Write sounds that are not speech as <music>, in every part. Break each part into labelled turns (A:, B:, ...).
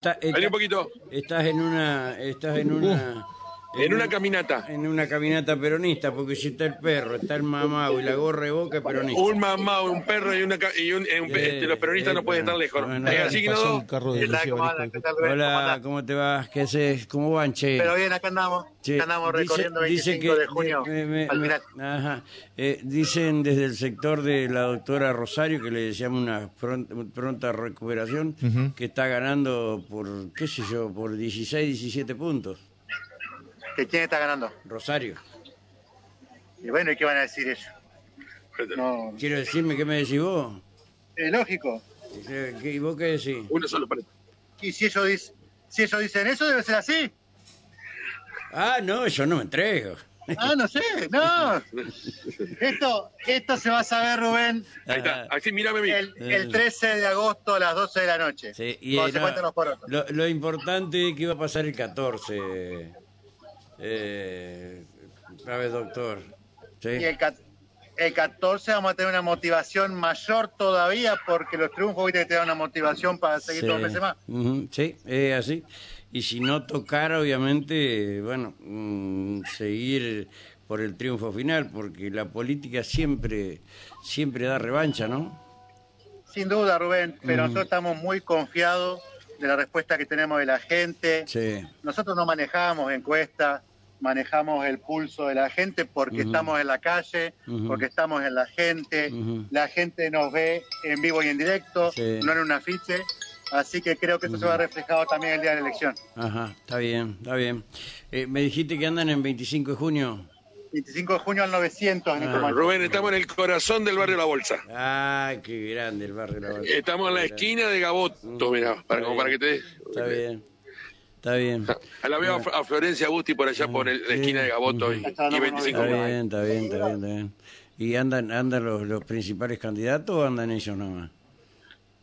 A: Está-
B: Vení
A: está-
B: un poquito.
A: Estás en una. Estás en una.
B: En una
A: un-
B: caminata.
A: En una caminata peronista, porque si está el perro, está el mamado y la gorra de boca es peronista.
B: Un mamá, un perro y, una, ca- y un, eh, un pe-
A: Eh,
B: este, los peronistas
A: eh,
B: no pueden estar lejos.
A: bueno,
B: Eh,
A: ahora
B: así que
C: pasó
B: no,
C: un carro de
D: ¿Qué tal?
C: Lucía
D: ¿Cómo andan?
C: Varejo.
D: ¿Qué tal, Rubén? ¿Cómo
A: Hola,
D: andan?
A: ¿cómo te vas? ¿Qué haces? ¿Cómo van, che?
D: Pero bien, acá andamos.
A: Che,
D: acá andamos
A: dice-
D: recorriendo
A: dice
D: 25
A: que-
D: de junio.
A: eh, me-
D: al
A: me-
D: final.
A: ajá. Eh, dicen desde el sector de la doctora Rosario, que le deseamos una pron- pronta recuperación, que está ganando por, qué sé yo, por 16, 17 puntos.
D: ¿Que ¿Quién está ganando?
A: Rosario.
D: Y bueno, ¿y qué van a decir ellos? No.
A: Quiero decirme, ¿qué me decís vos?
D: Es lógico.
A: Eh, ¿qué- ¿Y vos qué decís?
B: uno solo para.
D: Y si ellos, dic- si ellos dicen eso, debe ser así.
A: Ah, no, yo no me entrego.
D: Ah, no sé, no. Esto, esto se va a saber, Rubén,
B: Ahí está.
A: Ah.
B: Así, mírame a mí.
D: el, el 13 de agosto a las 12 de la noche.
A: Sí, y
D: cuando
A: eh,
D: se
A: no,
D: cuentan los porotos.
A: lo, lo importante es que iba a pasar el 14. Eh, a ver, doctor. Sí.
D: Y el, ca- el 14 vamos a tener una motivación mayor todavía porque los triunfos, viste, que te dan una motivación para seguir
A: Sí.
D: todos los meses más.
A: Ujú, sí, es así. Y si no tocara, obviamente, bueno, mm, seguir por el triunfo final, porque la política siempre, siempre da revancha, ¿no?
D: Sin duda, Rubén,
A: Mm.
D: pero nosotros estamos muy confiados de la respuesta que tenemos de la gente.
A: Sí.
D: Nosotros no manejamos encuestas, manejamos el pulso de la gente porque estamos en la calle,
A: Ujú.
D: porque estamos en la gente,
A: Ujú.
D: la gente nos ve en vivo y en directo,
A: Sí.
D: no en un afiche. Así que creo que eso se va reflejado también el día de la elección.
A: Ajá, está bien, está bien. Eh, me dijiste que andan en 25 de junio.
D: 25 de junio al 900, en este Nicomal.
B: Rubén, estamos en el corazón del barrio La Bolsa.
A: Ah, qué grande el barrio de la Bolsa.
B: Estamos en la esquina de Gaboto, mirá, para, como para que te des.
A: Está bien, Ah. está bien.
B: A la veo a, F- a Florencia Agusti por allá, por el- la esquina de Gaboto y, y 25.
A: Está bien, está bien, está bien, está bien. ¿Y andan, andan los, los principales candidatos o andan ellos nomás?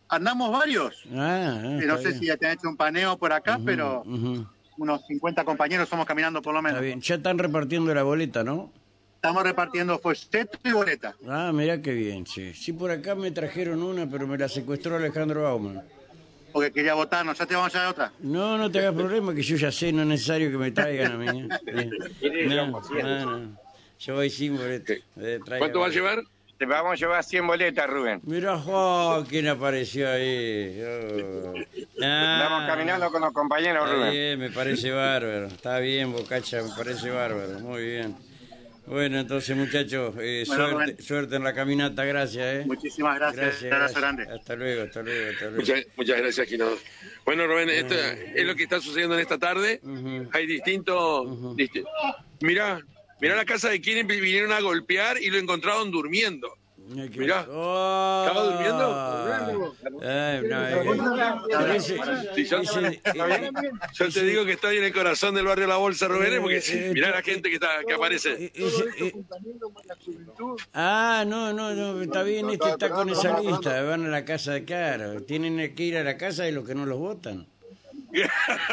D: Andamos varios.
A: Ah, ah,
D: Eh, No
A: está
D: sé
A: bien.
D: si ya te han hecho un paneo por acá, pero
A: Ujú,
D: unos 50 compañeros somos caminando por lo
A: Está
D: menos.
A: bien. Ya están repartiendo la boleta, ¿no?
D: Estamos repartiendo folleto y boleta.
A: Ah, mirá qué bien, sí. Sí, por acá me trajeron una, pero me la secuestró Alejandro Bauman.
D: Porque quería votarnos, ya te vamos a llevar otra.
A: No, no te hagas problema, que yo ya sé, no es necesario que me traigan a mí.
B: <laughs>
A: ¿eh? Eh, No, no, no. Yo voy sin boleto. Eh, traigan
B: ¿Cuánto va
A: boleto.
B: a llevar?
E: Te vamos a llevar 100 boletas, Rubén.
A: Mirá, jo, quién apareció ahí. Oh. Ah,
E: Estamos caminando con los compañeros,
A: Está
E: Rubén.
A: bien, me parece bárbaro. Está bien, Bocacha, me parece bárbaro. Muy bien. Bueno, entonces, muchachos, eh,
D: Bueno,
A: suerte,
D: Rubén.
A: suerte en la caminata, gracias. ¿eh?
D: Muchísimas gracias. Un abrazo grande.
A: Hasta luego, hasta luego, hasta luego.
B: Muchas, muchas gracias, Quino. Bueno, Rubén, esto es lo que está sucediendo en esta tarde. Hay distintos... disti- mirá, mirá la casa de quienes vinieron a golpear y lo encontraron durmiendo.
A: Ay, qué-
B: Mirá.
A: Oh.
B: ¿Estaba durmiendo?
A: Ah. Ay, no, eh, ese-
B: Sí, yo-
A: ese-
B: Yo te digo que estoy en el corazón del barrio La Bolsa, Rubén, porque sí,
A: Eh, eh,
B: mirá la gente que, está, que aparece.
A: eh, ese- eh, Ah, no, no, no, está bien, este está con esa lista, van a la casa de Caro, tienen que ir a la casa de los que no los votan.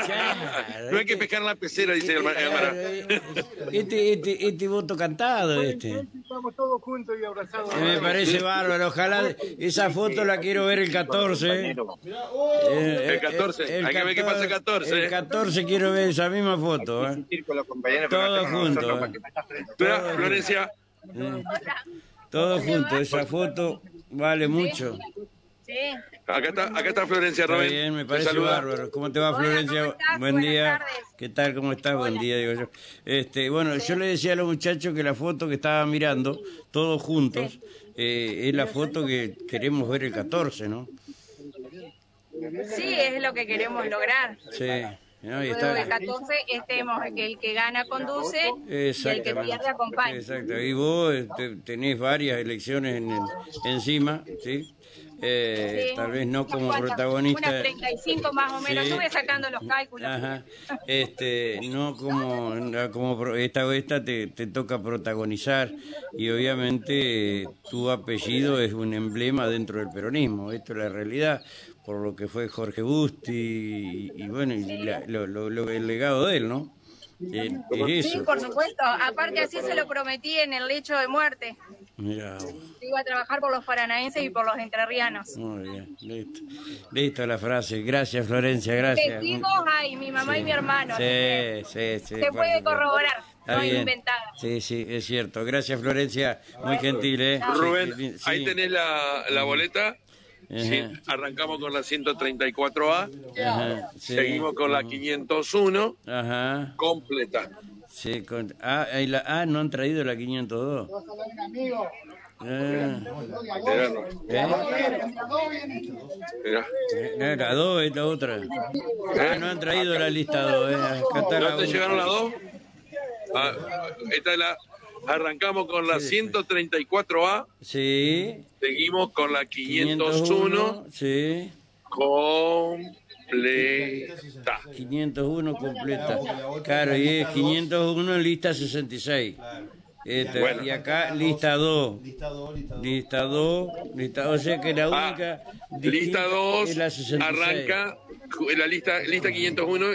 A: Claro,
B: No hay que
A: este-
B: pescar en la pecera, dice el
A: claro,
B: hermano.
A: eh, este, este, este voto cantado, este.
F: Vamos todos juntos y abrazados.
A: Eh, Me parece bárbaro, ojalá esa foto la quiero ver el 14. eh. Eh,
B: El 14, hay que ver qué pasa el 14, eh.
A: El 14 quiero ver esa misma foto. eh.
E: Ir con los compañeros, pero
A: Todos
E: acá con
A: juntos.
E: nosotros para
A: eh.
E: que-
B: Mirá, Florencia,
A: Todos juntos, esa foto vale mucho.
G: Sí.
B: acá está, acá está Florencia,
A: Está
B: Rubén.
A: bien, me
B: Te
A: parece
B: saluda.
A: bárbaro. ¿Cómo te va,
G: Hola,
A: Florencia?
G: ¿cómo estás?
A: Buen
G: Buenas
A: día.
G: tardes.
A: ¿Qué tal? ¿Cómo estás? Buen
G: Hola.
A: día, digo yo. Este, bueno, yo le decía a los muchachos que la foto que estaba mirando, todos juntos, eh, es la foto que queremos ver el 14, ¿no?
G: sí, es lo que queremos lograr.
A: Sí. ¿no? Y
G: Luego del
A: está...
G: 14 estemos el que gana conduce y el que
A: Exactamente.
G: pierde acompaña.
A: Exacto. Y vos este, tenés varias elecciones en- en- encima, ¿sí? Eh,
G: Sí.
A: Tal vez no como
G: ¿Cuántas?
A: protagonista.
G: Unas 35 más o menos.
A: Sí.
G: Yo voy sacando los cálculos.
A: Ajá. Este, no como, no como pro- esta esta te, te toca protagonizar y obviamente eh, tu apellido es un emblema dentro del peronismo, esto es la realidad, por lo que fue Jorge Busti y, y bueno, y la- lo, lo- lo- el legado de él, ¿no? Eh, es
G: Sí,
A: eso.
G: por supuesto. Aparte así se lo prometí en el lecho de muerte.
A: Mirá.
G: Sigo a trabajar por los paranaenses y por los entrerrianos.
A: Muy bien, listo. Listo la frase. Gracias, Florencia, gracias.
G: Testigos hay, mi mamá y mi hermano. así que
A: Sí, sí, sí.
G: se puede corroborar,
A: Está
G: no
A: bien.
G: es inventada.
A: Sí, sí, es cierto. Gracias, Florencia. Muy gentil, ¿eh?
B: Rubén,
A: Sí, sí.
B: ahí tenés la, la boleta.
A: Ajá.
B: Sí, arrancamos con la
A: Ajá,
B: 134A,
A: sí. Mm.
B: seguimos con la 501,
A: Ajá.
B: completa.
A: Sí, con... ah, ahí la... ah, no han traído la 502. Ah,
B: Mirá, Rubén,
A: ¿eh?
B: mirá.
A: Eh, La 2 es la otra. Ah, no han traído la lista 2. Eh. Acá está la
B: ¿No te
A: uno.
B: llegaron las dos? Ah, esta es la, arrancamos con la 134A,
A: Sí.
B: seguimos con la 501,
A: Sí.
B: completa.
A: 501 completa. Claro, y es 501 lista 66. Este,
B: Bueno.
A: Y acá lista 2. Lista 2, lista O sea que la
B: Ah,
A: única.
B: Lista
A: distinta es
B: 2
A: la 66.
B: arranca, ju- la lista, lista 501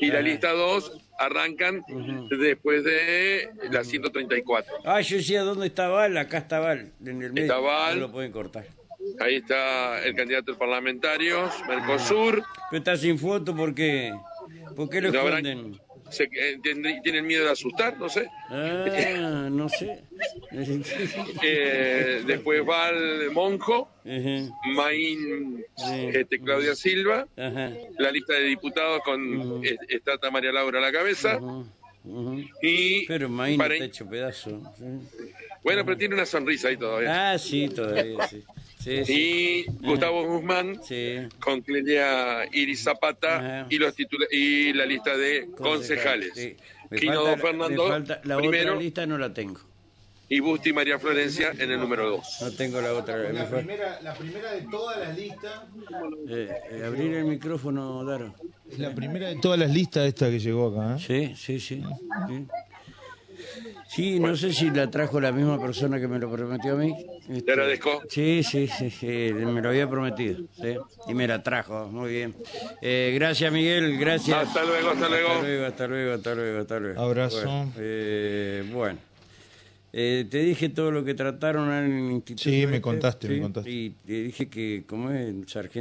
B: y la
A: Ajá.
B: lista 2 arrancan después de la 134.
A: Ah, yo decía, ¿dónde está Val? Acá está Val. En el medio.
B: Está Val.
A: No lo pueden cortar.
B: Ahí está el candidato parlamentario, Mercosur.
A: Pero está sin foto porque. ¿Por qué lo
B: Lo habrán-
A: esconden?
B: Se- eh, tendrí- tienen miedo de asustar, no sé.
A: Ah, no sé. <laughs>
B: Eh, después va el Monjo,
A: Ajá,
B: Maín
A: Sí.
B: este, Claudia Silva.
A: Ajá.
B: La lista de diputados con eh, está María Laura a la cabeza.
A: ujú.
B: Y
A: Pero Maín
B: para-
A: está hecho pedazo. Sí.
B: bueno, pero tiene una sonrisa ahí todavía.
A: Ah, sí, todavía,
B: <laughs>
A: sí. Sí, sí. Ah.
B: Y Gustavo Guzmán
A: sí.
B: con Clelia Iris Zapata
A: Ajá.
B: y los titula- y la lista de concejales.
A: Ah. Sí. Me
B: Quino
A: falta-
B: Do Fernando
A: me falta- la
B: primero
A: otra lista no la tengo.
B: y Busti María Florencia en el número 2.
A: No tengo la otra. me eh,
C: La
A: fal-
C: primera, la primera de todas las listas.
A: eh, eh, abrir el micrófono, Daro.
C: Es la primera de todas las listas esta que llegó acá. ¿eh?
A: Sí, sí, sí. Sí, Sí, no sé si la trajo la misma persona que me lo prometió a mí. Este,
B: Te agradezco.
A: Sí, sí, sí, sí, me lo había prometido. sí. Y me la trajo, muy bien. Eh, gracias, Miguel, gracias.
B: Hasta luego, hasta luego.
A: Hasta luego, hasta luego, hasta luego. hasta luego.
C: Abrazo.
A: Bueno, eh, bueno. Eh, te dije todo lo que trataron en el instituto.
C: Sí, me
A: este,
C: contaste, me
A: ¿sí?
C: contaste.
A: Y te dije que, como es el sargento?